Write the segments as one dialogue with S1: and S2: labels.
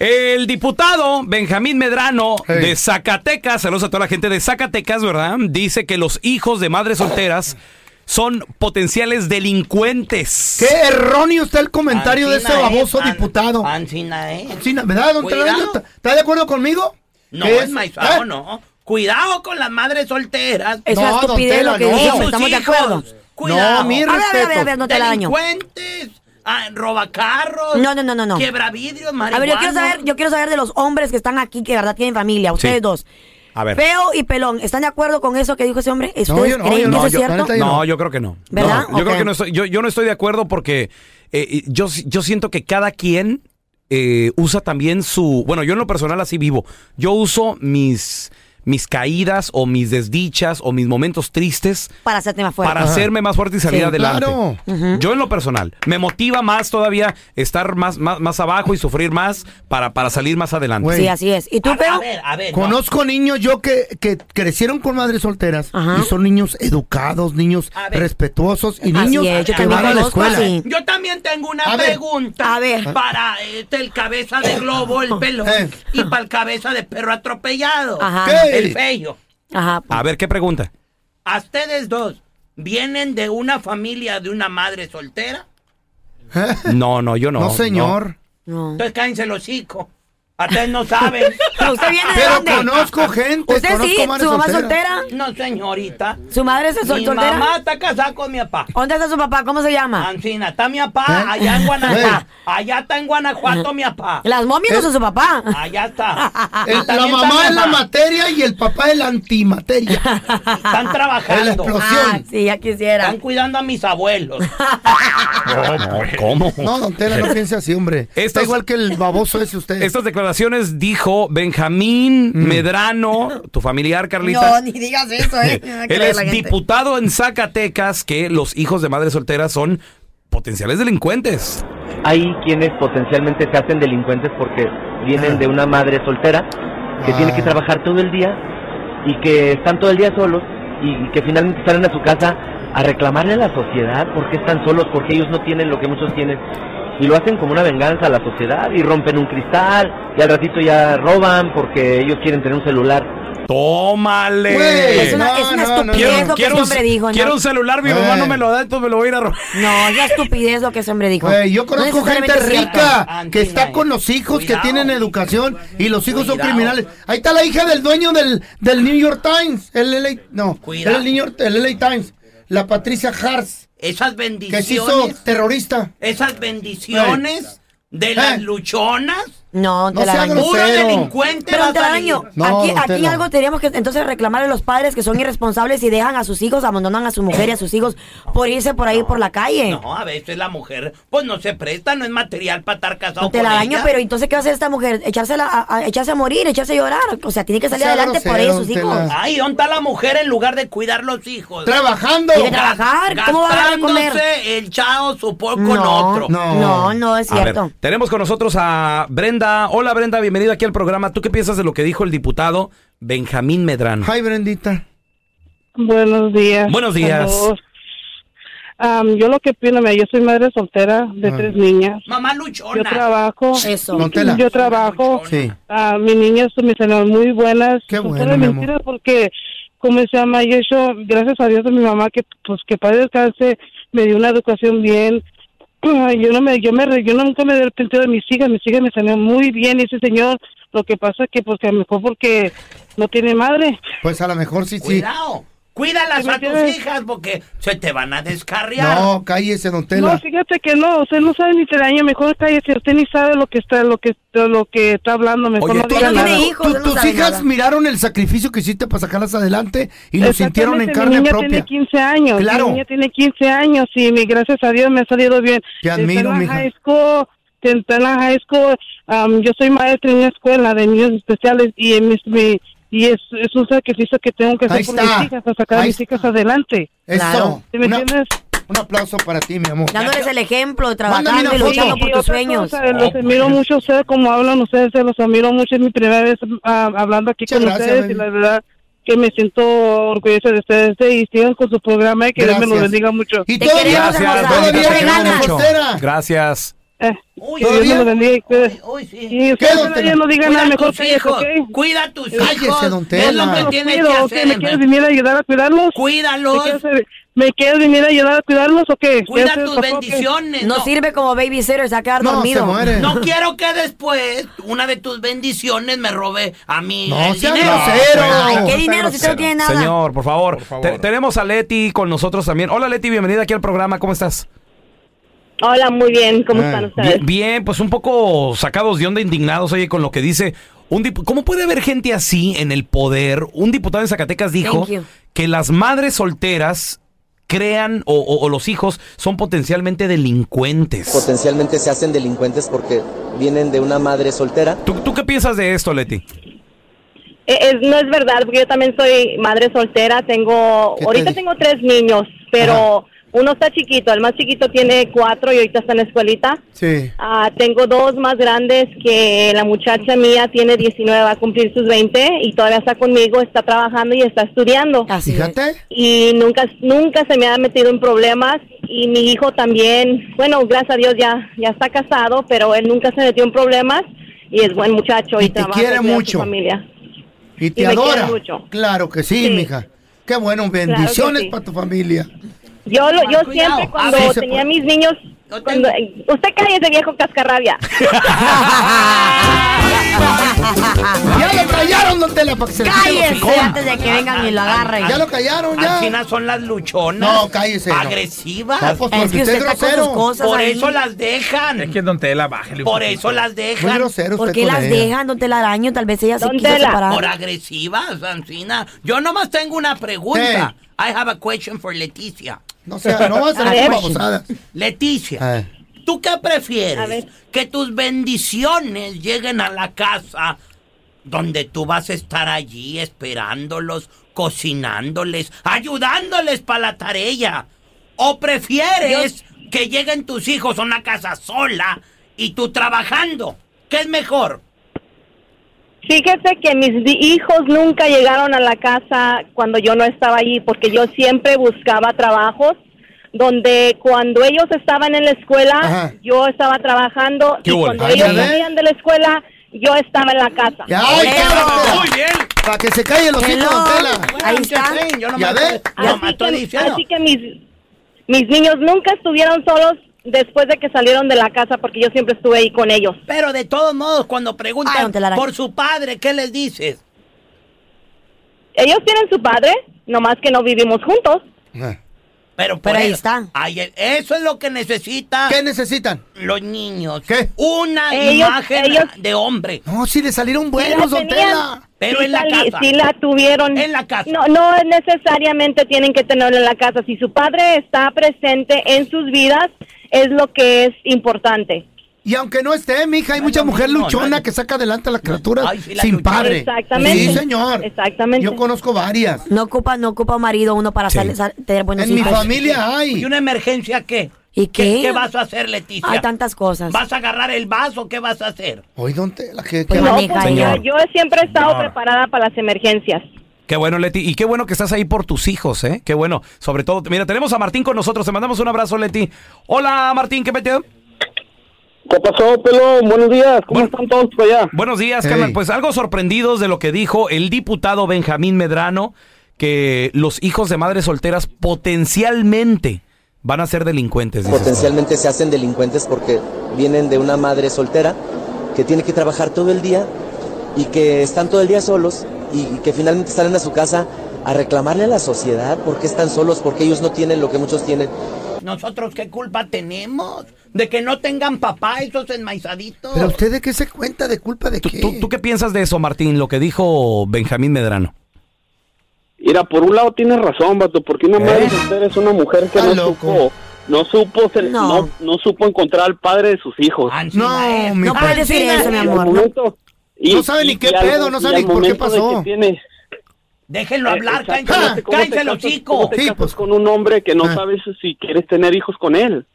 S1: El diputado Benjamín Medrano de Zacatecas, saludos a toda la gente de Zacatecas, ¿verdad? Dice que los hijos de madres solteras son potenciales delincuentes.
S2: Qué erróneo está el comentario de ese
S3: Ancina, eh,
S2: baboso
S3: an-
S2: diputado.
S3: Ancina, ¿eh?
S2: Sí, na- ¿Verdad, don
S3: Cuidado.
S2: Telaraño? ¿Está- ¿Está de acuerdo conmigo?
S3: No,
S2: Que
S3: es maizado,
S2: ¿Eh?
S3: no. Cuidado con las madres solteras.
S4: Es
S2: No,
S4: una
S2: don
S4: estupidez
S2: Tela,
S4: lo que
S2: no.
S4: dijiste,
S3: Sus
S4: estamos de
S3: hijos.
S4: acuerdo.
S3: Cuidado.
S2: No, mi
S4: A ver, a ver, a ver, a ver,
S2: respeto.
S4: no te la daño.
S3: Delincuentes, ah, robacarros.
S4: No, no, no, no, no.
S3: Quebravidrios,
S4: A ver, yo quiero saber, yo quiero saber de los hombres que están aquí, que de verdad tienen familia, ustedes
S1: Sí.
S4: dos.
S1: A ver.
S4: Feo y Pelón, ¿están de acuerdo con eso que dijo ese hombre? ¿Ustedes
S2: No, yo no,
S4: creen
S2: yo
S4: que
S2: no,
S4: eso es
S2: yo- la
S4: cierto?
S2: neta, yo-
S1: No, yo creo que no.
S4: ¿Verdad?
S1: No,
S4: Ok.
S1: yo creo que no estoy, yo, yo no estoy de acuerdo porque eh, eh, yo, si- yo siento que cada quien eh, usa también su. Bueno, yo en lo personal así vivo. Yo uso mis mis caídas o mis desdichas o mis momentos tristes
S4: Para hacerte más fuerte.
S1: para hacerme más fuerte y salir
S4: Sí.
S1: adelante.
S2: Claro.
S1: Yo en lo personal me motiva más todavía estar más más, más abajo y sufrir más para, para salir más adelante.
S2: Güey.
S4: Sí, así es. ¿Y tú,
S3: A,
S4: Feo?
S3: a ver, a ver. no.
S2: Conozco niños yo que, que crecieron con madres solteras
S4: Ajá.
S2: y son niños educados, niños
S3: A ver.
S2: respetuosos y
S4: Así
S2: niños
S4: es, yo
S2: que
S4: también
S2: van a la
S4: conozco
S2: escuela.
S4: así.
S3: Yo también tengo una
S2: A ver.
S3: pregunta
S4: A ver.
S3: para este, el cabeza de globo, el pelón,
S2: Eh.
S3: y para el cabeza de perro atropellado,
S4: Ajá.
S2: ¿Qué?
S3: el feyo.
S4: Ajá. pues.
S1: A ver, ¿qué pregunta?
S3: ¿A ustedes dos vienen de una familia de una madre soltera?
S1: No, no, yo no.
S2: ¿Eh? No, señor.
S4: No.
S3: Entonces cállense el hocico. A ustedes no saben.
S4: Pero ¿Usted viene de
S2: Pero
S4: dónde?
S2: conozco gente.
S4: ¿Usted
S2: conozco
S4: sí?
S2: madres
S4: ¿Su mamá
S2: solteras.
S4: soltera?
S3: No, señorita.
S4: ¿Su madre es sol-
S3: Mi
S4: soltera?
S3: mamá está casada con mi papá.
S4: ¿Dónde está su papá? ¿Cómo se llama?
S3: Ancina, está mi papá
S2: ¿Eh?
S3: allá en Guanajuato.
S2: Ey.
S3: Allá está en Guanajuato mi papá.
S4: ¿Las momias no son su papá?
S3: Allá está. Y
S2: Ah,
S4: Ah,
S2: El- Eh, la
S3: también
S2: mamá
S3: está
S2: es
S3: mi
S2: la
S3: mamá.
S2: materia y el papá es la antimateria.
S3: Están
S2: La
S3: trabajando.
S2: explosión.
S4: Ah, sí, ya quisiera.
S3: Están cuidando a mis abuelos.
S1: ¿Cómo?
S2: No, don Tela, no piense así, hombre. Está
S1: Estos-
S2: igual que el baboso ese usted. Mm.
S1: Estas declaraciones dijo Benjamín Medrano, tu familiar
S4: No,
S1: Carlita.
S4: ni digas eso, ¿eh? Me va a
S1: Él
S4: creer
S1: es
S4: la gente.
S1: diputado en Zacatecas que los hijos de madres solteras son potenciales delincuentes.
S5: hay quienes potencialmente se hacen delincuentes porque vienen de una madre soltera que
S2: Ah.
S5: tiene que trabajar todo el día y que están todo el día solos y, y que finalmente salen a su casa a reclamarle a la sociedad por qué están solos, porque ellos no tienen lo que muchos tienen. Y lo hacen como una venganza a la sociedad y rompen un cristal y al ratito ya roban porque ellos quieren tener un celular.
S1: Tómale.
S2: Güey,
S5: Pues
S4: Es una, es una
S2: No, no, no.
S4: estupidez lo que ese
S1: un-
S4: hombre dijo, ¿no?
S1: quiero un celular, mi mamá
S2: Eh.
S1: no me lo da, entonces me lo voy a ir a robar.
S4: No, es una estupidez lo que ese hombre dijo.
S2: Güey, yo
S4: No
S2: conozco gente
S4: necesariamente es cierto.
S2: rica
S3: Antina,
S2: que está
S3: eh.
S2: con los hijos
S3: Cuidado.
S2: que tienen educación y los hijos son
S3: Cuidado.
S2: criminales. Ahí está la hija del dueño del, del New York Times, el LA, no,
S3: Cuidado.
S2: el New York- el LA Times, la Patricia Hars,
S3: Esas
S2: que se hizo
S3: bendiciones.
S2: terrorista.
S3: Esas bendiciones de las
S2: Eh.
S3: luchonas.
S4: No,
S2: No
S4: te la
S2: sea
S4: daño.
S2: grosero.
S3: Puro
S2: Cero.
S3: delincuente. va
S4: Pero
S3: a
S4: te la
S3: salir.
S4: daño.
S2: No,
S4: aquí
S2: don
S4: aquí
S2: Tela.
S4: algo tenemos que entonces reclamar a los padres que son irresponsables y dejan a sus hijos, abandonan a su mujer y a sus hijos por irse por ahí por la calle. No,
S3: No, a veces la mujer, pues no se presta, no es material para estar casado
S4: Pues te
S3: con
S4: la daño,
S3: ella.
S4: pero entonces ¿qué va a hacer esta mujer? Echársela a, a- echarse a morir, echarse a llorar. O sea, tiene que salir
S2: sea
S4: adelante por ahí
S2: grosero,
S4: a sus
S2: don
S4: hijos.
S2: Tela.
S3: Ay, ¿dónde está la mujer en lugar de cuidar los hijos?
S2: Trabajando.
S4: Tiene que trabajar. ¿Cómo va a dar de comer?
S3: Gastándose el chao su por con
S4: No,
S3: otro.
S2: No.
S4: no, no es
S1: A ver,
S4: cierto.
S1: tenemos con nosotros a Brenda. Hola Brenda, bienvenido aquí al programa. ¿Tú qué piensas de lo que dijo el diputado Benjamín Medrano?
S2: Ay, Brendita.
S6: Buenos días.
S1: Buenos días.
S6: Saludos. Am, yo lo que opino, mira, yo soy madre soltera de
S2: Ah.
S6: tres niñas.
S3: Mamá
S6: Yo
S3: luchona.
S6: trabajo.
S4: Eso.
S2: No, Tela.
S6: Yo trabajo.
S2: Sí.
S6: Ah, mis niñas son mis hermanas muy buenas.
S2: Qué
S6: Son
S2: bueno,
S6: puras
S2: mi amor.
S6: mentiras porque, como se llama, yo he hecho, gracias a Dios a mi mamá, que pues que padre descanse, me dio una educación bien. Ah, Yo no me, yo me, re- yo nunca me he arrepentido de mis hijas, mis hijas me salieron muy bien, y ese señor, lo que pasa que pues que a lo mejor porque no tiene madre.
S2: Pues a lo mejor sí, sí.
S3: Cuidado. Cuídalas
S6: ¿Sí me
S3: a tus
S6: entiendes?
S3: hijas porque se te van a descarriar.
S2: No, cállese, don Tela.
S6: No, fíjate que no, usted no sabe ni te daño, mejor cállese, usted ni sabe lo que está, lo que, lo que está hablando, mejor
S1: Oye,
S6: no
S2: Tú-
S6: diga
S4: no tiene
S6: nada.
S4: hijos,
S2: tú-
S4: no
S2: tus
S4: sabe
S2: hijas
S4: nada.
S2: miraron el sacrificio que hiciste para sacarlas adelante y lo sintieron en
S6: Exactamente,
S2: carne
S6: mi niña
S2: propia.
S6: tiene 15 años.
S2: Claro.
S6: Mi niña tiene 15 años y mi, gracias a Dios me ha salido bien.
S2: Te admiro,
S6: Está en la
S2: mija.
S6: high school, Tentana High School. Am, yo soy maestra en una escuela de niños especiales y, en mis- mi- y es, es un sacrificio que tengo que hacer
S2: Ahí
S6: por
S2: está.
S6: mis hijas, para sacar a
S2: Ahí
S6: mis hijas adelante.
S2: Eso.
S4: Claro.
S6: ¿Sí me
S2: Una-
S6: entiendes?
S2: un aplauso para ti, mi amor.
S4: Dándoles el ejemplo,
S2: Mándame
S4: trabajando y
S2: una
S4: luchando
S2: foto.
S4: por
S6: Y
S4: tus
S6: otra
S4: sueños.
S6: cosa, Eh, los
S4: pues,
S6: admiro mucho a ustedes, como hablan ustedes, se los admiro mucho. Es mi primera vez ah, hablando aquí
S2: Muchas
S6: con
S2: gracias,
S6: ustedes
S2: baby.
S6: y la verdad que me siento orgullosa de ustedes y sigan con su programa y que Dios me lo
S2: Gracias.
S6: bendiga mucho.
S2: Y
S4: Te
S2: todavía,
S4: queremos,
S1: Gracias,
S4: hermosa.
S1: Donita,
S2: todavía
S4: Te
S1: te
S2: regala
S1: quiero
S4: ganas.
S1: mucho.
S2: soltera.
S1: Gracias.
S6: Eh,
S3: Uy,
S6: que Dios me lo bendiga y que-
S3: uy, sí.
S6: y ustedes
S2: Quédate.
S6: todavía no digan
S3: Cuida
S6: nada
S3: a
S6: mejor
S3: tus
S6: que ellos,
S3: hijos,
S6: ¿ok?
S3: cuida a tus
S2: Cállese,
S3: hijos.
S2: don
S3: Es lo
S2: Tela.
S3: que
S2: Los
S3: tienes que
S6: Cuido, ¿ok? ¿Me
S3: hacer,
S6: quieres
S3: man.
S6: venir a ayudar a cuidarlos? ¿Me
S3: Cuídalos,
S6: quieres, me quieres venir a ayudar a cuidarlos o qué?
S3: cuida
S6: ¿Qué haces,
S3: tus
S6: papá, o qué?
S3: bendiciones.
S4: No
S3: No,
S4: sirve como babysitter, se va a quedar
S2: No, se
S4: dormido.
S2: muere.
S3: no quiero que después una de tus bendiciones me robe a mí
S2: No,
S3: el
S2: sea
S3: dinero.
S2: grosero.
S4: Ay,
S2: No,
S4: ¿Qué
S2: está
S4: dinero si usted no tiene nada?
S1: Señor, por favor.
S2: favor.
S1: Te- tenemos a Leti con nosotros también. Hola Leti, bienvenida aquí al programa. ¿Cómo estás?
S7: Hola, muy bien. ¿Cómo
S2: Ah,
S7: están ustedes?
S1: Bien, bien, pues un poco sacados de onda, indignados, oye, con lo que dice. Un dip- ¿Cómo puede haber gente así en el poder? Un diputado en Zacatecas dijo
S4: Thank you.
S1: que las madres solteras crean o, o- o los hijos son potencialmente delincuentes.
S5: Potencialmente se hacen delincuentes porque vienen de una madre soltera.
S1: ¿Tú, tú qué piensas de esto, Leti?
S7: Eh, es- no es verdad, porque yo también soy madre soltera. Tengo,
S2: ¿Qué te
S7: ahorita
S2: di-
S7: tengo tres niños, pero uno está chiquito. El más chiquito tiene cuatro y ahorita está en la escuelita.
S2: Sí.
S7: Ah, tengo dos más grandes que la muchacha mía tiene 19, va a cumplir sus 20 y todavía está conmigo, está trabajando y está estudiando.
S4: Así es.
S2: Fíjate.
S7: y nunca nunca se me ha metido en problemas y mi hijo también, bueno, gracias a Dios ya ya está casado, pero él nunca se metió en problemas y es buen muchacho y,
S2: Y te
S7: trabaja
S2: quiere
S7: y cuida a su
S2: mucho.
S7: familia.
S2: Y te
S7: me quiere
S2: adora.
S7: mucho.
S2: Claro que sí,
S7: Sí.
S2: mija. Qué bueno, bendiciones
S7: sí.
S2: para tu familia.
S7: Yo lo, yo
S3: Cuidado.
S7: siempre cuando
S2: Así Ah, se
S7: tenía
S2: puede.
S7: mis niños
S3: Yo
S7: cuando- eh, usted cállese viejo cascarrabia.
S2: Ya lo callaron, don Tela, para que se le quite el
S4: Cállese
S2: hocicón.
S4: antes de que vengan y lo agarren.
S2: Ya lo callaron,
S3: Al
S2: ya.
S3: final son las luchonas.
S2: No, cállese, no.
S3: Agresivas.
S2: No, pues,
S4: Es
S2: porque
S4: que
S2: usted
S4: usted está
S2: es
S4: con sus
S2: grosero.
S4: cosas
S3: Por
S4: ahí.
S3: eso las dejan.
S8: Es que Don Tela, bájale. un
S3: Por
S8: poquito.
S3: eso las
S2: Muy
S3: dejan.
S2: grosero usted
S4: ¿Por qué
S2: con
S4: las
S2: ella.
S4: dejan, don Telaraño? Tal vez ella se
S7: Don
S4: quiso
S7: Tela.
S3: Por
S4: separar.
S3: agresivas, Ancina. Yo nomás tengo una pregunta. I have a question for Leticia.
S2: No, sea, no vas a
S7: A
S2: hacer
S7: ver.
S2: babosadas.
S3: Leticia,
S2: Ah.
S3: ¿tú qué
S7: A
S3: prefieres?
S7: ver.
S3: Que tus bendiciones lleguen a la casa donde tú vas a estar allí esperándolos, cocinándoles, ayudándoles para la tarea. ¿O prefieres que lleguen tus hijos a una casa sola y tú trabajando? ¿Qué es mejor?
S7: Fíjese que mis di- hijos nunca llegaron a la casa cuando yo no estaba allí, porque yo siempre buscaba trabajos donde cuando ellos estaban en la escuela,
S2: Ajá.
S7: yo estaba trabajando
S1: ¿Qué
S7: y
S1: hubo?
S7: cuando
S2: Ahí
S7: ellos
S2: está.
S7: salían de la escuela, yo estaba en la casa.
S2: Ya, ay, qué grosera.
S8: Muy bien.
S2: Para que se calle los hijos,
S4: Hello.
S2: don Tela.
S4: Ahí está.
S3: Yo
S2: Ya
S3: nomás,
S2: ve.
S3: nomás
S7: Así
S3: estoy
S7: que,
S3: diciendo.
S7: así que mis, mis niños nunca estuvieron solos después de que salieron de la casa, porque yo siempre estuve ahí con ellos.
S3: Pero de todos modos, cuando
S4: Ay,
S3: preguntan
S4: don Telaraño.
S3: por su padre, ¿qué les dices?
S7: Ellos tienen su padre, nomás que no vivimos juntos.
S3: Pero,
S4: Pero
S3: por
S4: ahí
S3: eso-
S4: está.
S3: ahí- e, eso es lo que necesitan
S2: ¿Qué necesitan?
S3: los niños.
S2: ¿Qué?
S3: Una
S7: Ellos-
S3: imagen
S7: ellos-
S3: de hombre.
S2: No, si le salieron
S7: Sí
S2: buenos,
S7: la
S2: don
S7: tenían.
S2: Tela.
S3: Pero
S7: Sí
S3: en la
S7: sali-
S3: casa.
S7: sí la tuvieron.
S3: En la casa.
S7: No, no necesariamente tienen que tenerla en la casa. Si su padre está presente en sus vidas, es lo que es importante.
S2: Y aunque no esté, mija, hay mucha
S3: no,
S2: mujer
S3: no, no,
S2: luchona
S3: no.
S2: que saca adelante a las criaturas
S3: Ay, sí, la
S2: sin
S3: luchona.
S2: padre.
S7: Exactamente.
S2: Sí, señor.
S7: Exactamente.
S2: Yo conozco varias.
S4: No ocupa, no ocupa marido uno para sal- sal- tener buenos
S2: En mi
S4: hijos.
S2: familia hay.
S3: ¿Y una emergencia qué?
S4: ¿Y qué?
S3: ¿Qué vas a hacer, Leticia?
S4: Hay tantas cosas.
S3: ¿Vas a agarrar el vaso? ¿Qué vas a hacer?
S2: Oye, don Tela, que...
S4: Pues
S7: No,
S4: maneja
S7: porque
S4: ella.
S7: yo siempre he estado
S8: Señora.
S7: preparada para las emergencias.
S1: Qué bueno, Leti. Y qué bueno que estás ahí por tus hijos, ¿eh? Qué bueno. Sobre todo, mira, tenemos a Martín con nosotros. Te mandamos un abrazo, Leti. Hola, Martín, ¿qué metió?
S9: ¿Qué pasó, pelón? Buenos días. ¿Cómo
S1: Bueno.
S9: están todos por allá?
S1: Buenos días,
S2: Hey.
S1: carnal. Pues algo sorprendidos de lo que dijo el diputado Benjamín Medrano, que los hijos de madres solteras potencialmente van a ser delincuentes. dices tú.
S5: Potencialmente se hacen delincuentes porque vienen de una madre soltera que tiene que trabajar todo el día y que están todo el día solos y y que finalmente salen a su casa a reclamarle a la sociedad por qué están solos, porque ellos no tienen lo que muchos tienen.
S3: ¿Nosotros qué culpa tenemos? De que no tengan papá esos enmaizaditos.
S2: Pero usted de qué se cuenta, de culpa de
S1: ¿Tú,
S2: qué.
S1: tú- tú qué piensas de eso, Martín, lo que dijo Benjamín Medrano?
S9: Mira, por un lado tienes razón, vato, porque una
S1: ¿Eh?
S9: madre soltera es una mujer que
S2: Está
S9: no
S2: loco.
S9: supo no supo se-
S4: No.
S9: no. no supo encontrar al padre de sus hijos.
S3: Ancina,
S2: Ah, No,
S3: eh.
S2: mi
S4: No puedes
S2: padre.
S4: decir eso, mi
S9: Y al
S4: amor. no.
S9: momento- y-
S2: No sabe ni qué
S9: y al-
S2: pedo, no
S9: y
S2: sabe
S9: al
S2: ni por qué
S9: momento de
S2: pasó.
S9: que tiene-
S3: Déjenlo hablar,
S9: eh,
S3: cállense,
S9: exactamente, ¿cómo te
S3: cállense el
S9: casas-
S3: hocico.
S9: cómo te
S2: Sí,
S9: casas
S2: pues.
S9: con un hombre que no
S2: Ah.
S9: sabes si quieres tener hijos con él.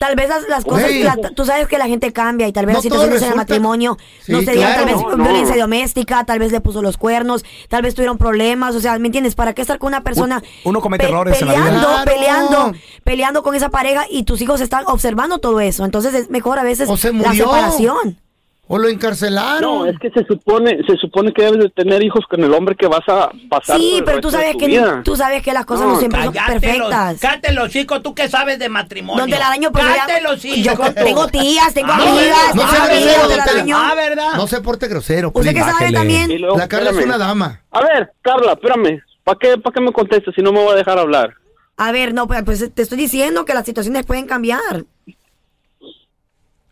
S4: Tal vez las, las cosas,
S2: Güey.
S4: la- tú sabes que la gente cambia y tal vez
S2: No
S4: las
S2: todo
S4: situaciones en el
S2: resulta-
S4: matrimonio
S2: Sí,
S4: no se dieron, tal
S2: claro.
S4: vez
S9: No, no.
S4: violencia doméstica, tal vez le puso los cuernos, tal vez tuvieron problemas, o sea, ¿me entiendes? ¿Para qué estar con una persona
S1: Uno comete errores en la vida.
S4: peleando,
S2: Claro.
S4: peleando, peleando con esa pareja y tus hijos están observando todo eso? Entonces es mejor a veces
S2: O Pues
S4: la
S2: se murió.
S4: separación.
S2: O lo encarcelaron.
S9: No, es que se supone, se supone que debes de tener hijos con el hombre que vas a pasar.
S4: Sí,
S9: el
S4: pero tú
S9: resto de
S4: sabes
S9: tu
S4: que
S9: vida.
S4: tú sabes que las cosas no,
S9: No,
S4: siempre son
S3: Cállate los,
S4: perfectas.
S3: cállate el hocico, tú que sabes de matrimonio.
S4: Donde la daño, pero
S3: cállate
S4: ya-
S3: el hocico.
S4: yo
S3: tú.
S4: tengo tías, tengo
S3: Ah,
S4: amigas,
S2: no
S4: tengo
S2: seas
S4: amigas,
S2: grosero,
S4: donde la
S2: Tela.
S4: daño.
S3: Ah, ¿verdad?
S2: No se porte grosero.
S4: Usted que
S2: primo.
S4: sabe
S1: Bájele.
S9: Y
S4: también,
S9: luego,
S2: La Carla es
S9: espérame.
S2: una dama.
S9: A ver, Carla, espérame. ¿Para qué, pa' qué me contestas si no me voy a dejar hablar?
S4: A ver, no, pues pues, te estoy diciendo que las situaciones pueden cambiar.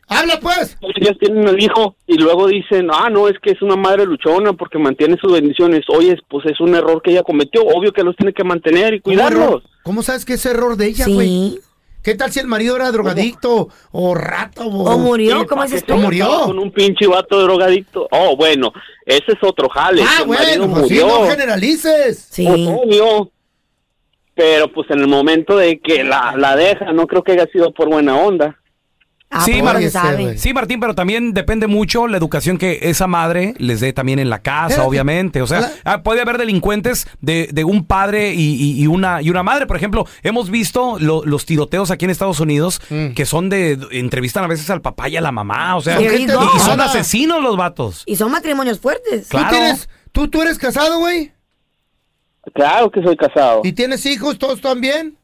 S2: Habla pues.
S9: Ellas tienen el hijo y luego dicen, ah, no, es que es una madre luchona porque mantiene sus bendiciones. Oye, pues es un error que ella cometió. Obvio que los tiene que mantener y
S2: ¿Cómo
S9: cuidarlos.
S2: error? ¿Cómo sabes que es error de ella,
S4: Sí.
S2: güey? ¿Qué tal si el marido era drogadicto o rato?
S4: O murió, ¿cómo
S9: ¿Para
S4: dices
S9: qué
S4: tú?
S9: se
S2: murió?
S9: casaba Con un pinche vato drogadicto. Oh, bueno, ese es otro jale.
S2: Ah,
S9: que el marido
S2: bueno, pues sí,
S9: murió.
S2: no generalices.
S4: Sí.
S9: Pues, obvio. Pero pues en el momento de que la, la deja, no creo que haya sido por buena onda.
S4: Ah,
S1: Sí,
S4: pues,
S1: Marta,
S4: se
S2: ese,
S4: sabe.
S2: güey.
S1: Sí, Martín, pero también depende mucho la educación que esa madre les dé también en la casa,
S2: Espérate.
S1: obviamente. O sea,
S2: La-
S1: ah, puede haber delincuentes de, de un padre y, y- y una, y una madre. Por ejemplo, hemos visto lo- los tiroteos aquí en Estados Unidos
S4: Mm.
S1: que son de. entrevistan a veces al papá y a la mamá. O sea,
S4: Sí,
S1: y,
S4: Here we
S2: gente
S4: go.
S1: y son
S2: drogada.
S1: asesinos los vatos.
S4: Y son matrimonios fuertes.
S2: ¿Tú,
S1: Claro.
S2: tienes, tú, tú eres casado, güey.
S9: Claro que soy casado.
S2: ¿Y tienes hijos? ¿Todos están bien?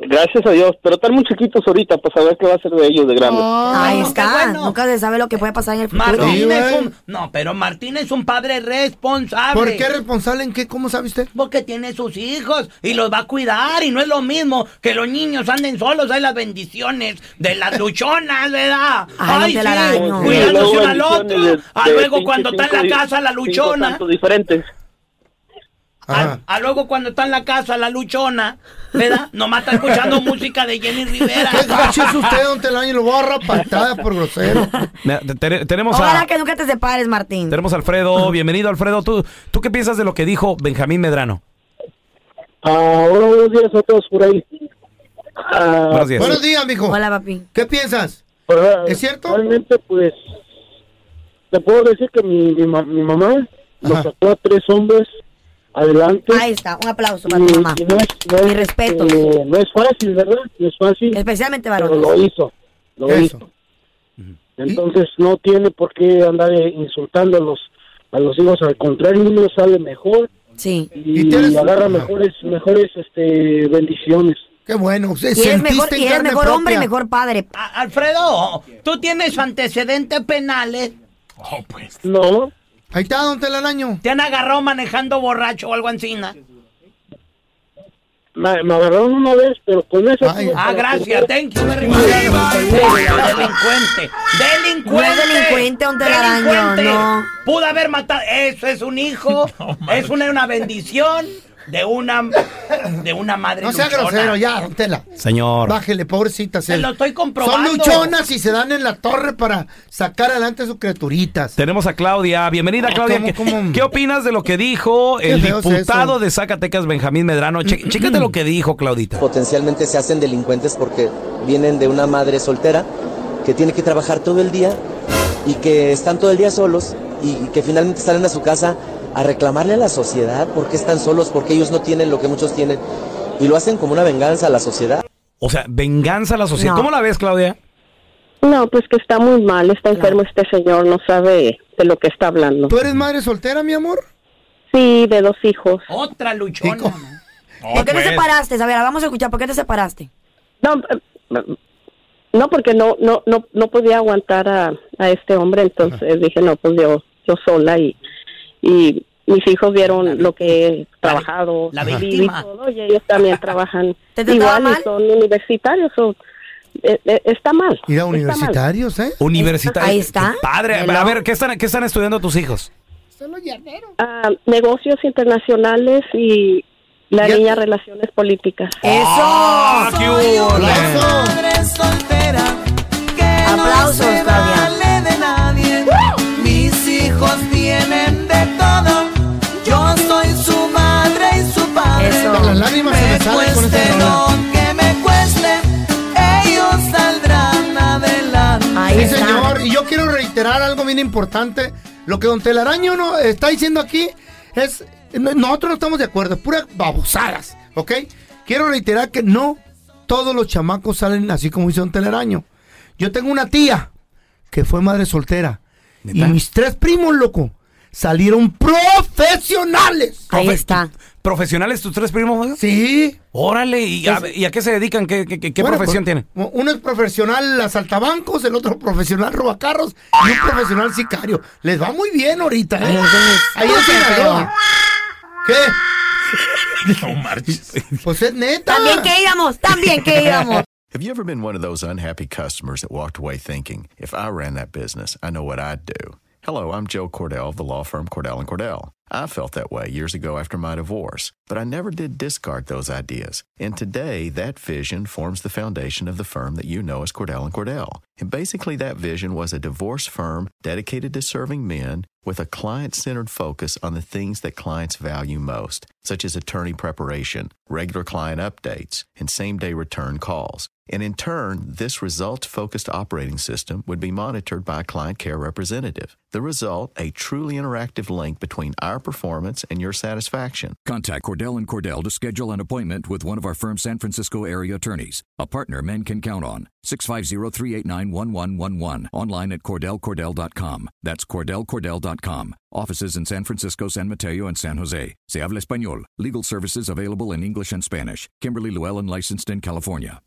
S9: Gracias a Dios. Pero están muy chiquitos ahorita para saber qué va a ser de ellos de grandes.
S4: Ahí
S3: qué
S4: está.
S3: Oh, bueno.
S4: Nunca se sabe lo que puede pasar en el futuro.
S2: Sí,
S3: Martín es
S2: güey.
S3: un... No, pero Martín es un padre responsable.
S2: ¿Por qué es responsable en qué? ¿Cómo sabe usted?
S3: Porque tiene sus hijos y los va a cuidar y no es lo mismo que los niños anden solos, hay las bendiciones de las luchonas, ¿verdad?
S4: Ay, don Telaraño.
S9: Luego
S3: cuidándose uno al otro.
S9: bendiciones de-
S3: Ah,
S9: de
S3: luego
S9: cinco-
S3: cuando está en la
S9: cinco-
S3: casa la
S9: cinco
S3: luchona,
S9: tantos diferentes.
S3: a,
S2: Ajá.
S3: a luego cuando está en la casa la luchona, ¿verdad? Nomás está escuchando música de Jenny Rivera.
S2: ¿Qué gacho es Ah, usted, don Telani? Lo voy a agarrar patada por grosero.
S1: Mira, te- te- tenemos
S4: Ojalá
S1: a.
S4: que nunca te separes, Martín.
S1: Tenemos a Alfredo. Bienvenido, Alfredo. ¿Tú, ¿Tú qué piensas de lo que dijo Benjamín Medrano?
S9: Ahora buenos días a todos por ahí. Ah,
S1: Buenos días.
S2: Buenos días, mijo.
S4: Hola, papi.
S2: ¿Qué piensas?
S9: pero,
S2: ¿Es cierto?
S9: Pues, Realmente, pues, te puedo decir que mi, mi, ma- mi mamá
S2: Ajá.
S9: nos sacó a tres hombres adelante.
S4: Ahí está. Un aplauso
S9: y,
S4: para tu mamá.
S9: y no es, no es,
S4: Mis respetos.
S9: eh, no es fácil, ¿verdad? No es fácil,
S4: Especialmente
S9: pero
S4: varones.
S9: lo hizo, lo
S2: Eso.
S9: hizo. Entonces, no tiene por qué andar eh, insultando a los, a los hijos, al contrario, uno sale mejor
S4: Sí.
S9: y,
S2: Y tienes-
S9: agarra
S2: Ajá.
S9: mejores, mejores este, bendiciones.
S2: Qué bueno. se-
S4: Y eres
S2: sentiste
S4: mejor,
S2: en
S4: y eres
S2: carne
S4: mejor hombre y
S2: propia.
S4: mejor padre.
S3: A- Alfredo, tú tienes antecedentes penales.
S9: No,
S2: Oh, pues. Ahí está, don Telaraño.
S3: ¿Te han agarrado manejando borracho o algo encina?
S9: me, me agarraron una vez, pero con eso...
S2: Ay.
S9: tuve
S3: Ah,
S9: para
S3: gracias.
S9: poder-
S3: Thank you very much. Delincuente. Delincuente.
S4: No es delincuente, don Telaraño,
S3: Delincuente.
S4: no.
S3: Pudo haber matado. Eso es un hijo. es una, una bendición de una de una madre
S2: No sea
S3: luchona.
S2: grosero ya, don Tela.
S1: Señor.
S2: Bájele, pobrecita.
S3: Te lo estoy comprobando.
S2: Son luchonas y se dan en la torre para sacar adelante a sus criaturitas.
S1: Tenemos a Claudia. Bienvenida, Claudia.
S2: Ah, ¿Cómo,
S1: ¿Qué,
S2: cómo?
S1: qué opinas de lo que dijo
S2: Qué
S1: el
S2: feo es
S1: diputado
S2: eso.
S1: de Zacatecas, Benjamín Medrano? Che- chécate lo que dijo, Claudita.
S8: potencialmente se hacen delincuentes porque vienen de una madre soltera que tiene que trabajar todo el día y que están todo el día solos y y que finalmente salen a su casa a reclamarle a la sociedad por qué están solos, porque ellos no tienen lo que muchos tienen y lo hacen como una venganza a la sociedad.
S1: O sea, venganza a la sociedad.
S4: No.
S1: ¿Cómo la ves, Claudia?
S10: No, pues que está muy mal, está enfermo este señor, no sabe de lo que está hablando.
S2: ¿Tú eres madre soltera, mi amor?
S10: Sí, de dos hijos.
S3: Otra luchona.
S2: Chico.
S3: ¿no?
S4: ¿Por qué te separaste? A ver, vamos a escuchar. ¿Por qué te separaste?
S10: No, eh, no porque no, no, no, no podía aguantar a, a este hombre, entonces dije, no, pues yo, yo sola y, y mis hijos vieron lo que he trabajado.
S3: la
S10: y-
S3: víctima.
S10: Y, todo, y ellos también trabajan
S4: ¿Te trataba
S10: igual
S4: mal?
S10: y son universitarios. o- eh, eh, está mal.
S2: Ir a
S10: está mal.
S2: universitarios, ¿eh?
S1: Universitaria.
S4: Ahí está.
S1: Padre,
S4: Hello.
S1: a ver, ¿qué están, ¿qué están estudiando tus hijos?
S10: Ah, negocios internacionales y La niña Relaciones Políticas.
S2: Ah,
S4: ¡Eso!
S1: ¡Qué ole!
S11: Madre soltera que
S4: Aplausos,
S11: no se vale de nadie. Mis hijos tienen de todo. Yo soy su madre y su padre.
S2: Hasta las lágrimas se me
S11: me
S2: salen con
S11: cueste
S2: este
S11: lo
S2: programa.
S11: que me cueste, ellos saldrán adelante.
S2: sí, señor. Y yo quiero reiterar algo bien importante. Lo que Don Telaraño no está diciendo aquí es. no- Nosotros no estamos de acuerdo, es puras babosadas, ¿ok? Quiero reiterar que no todos los chamacos salen así como dice Don Telaraño. Yo tengo una tía que fue madre soltera. Y mis tres primos, loco, salieron profesionales.
S4: Ahí está.
S1: ¿Profesionales tus tres primos?
S2: Sí.
S1: Órale, ¿y a, y a qué se dedican? ¿Qué, qué- qué- qué
S2: Bueno,
S1: profesión
S2: pues,
S1: tienen?
S2: Uno es profesional asaltabancos, el otro profesional robacarros y un profesional sicario. Les va muy bien ahorita, ¿eh? Ahí en Sinaloa. ¿Qué?
S12: No marches.
S2: Pues es neta.
S4: También que íbamos, también que íbamos.
S12: Have you ever been one of those unhappy customers that walked away thinking, if I ran that business, I know what I'd do? Hello, I'm Joe Cordell of the law firm Cordell and Cordell. I felt that way years ago after my divorce, but I never did discard those ideas. And today, that vision forms the foundation of the firm that you know as Cordell and Cordell. And basically, that vision was a divorce firm dedicated to serving men with a client centered focus on the things that clients value most, such as attorney preparation, regular client updates, and same day return calls. And in turn, this results focused operating system would be monitored by a client care representative. The result, a truly interactive link between our performance and your satisfaction.
S13: Contact Cordell and Cordell to schedule an appointment with one of our firm's San Francisco area attorneys, a partner men can count on. 650-389-1111. Online at cordellcordell.com. That's cordellcordell.com. Offices in San Francisco, San Mateo, and San Jose. Se habla español. Legal services available in English and Spanish. Kimberly Llewellyn licensed in California.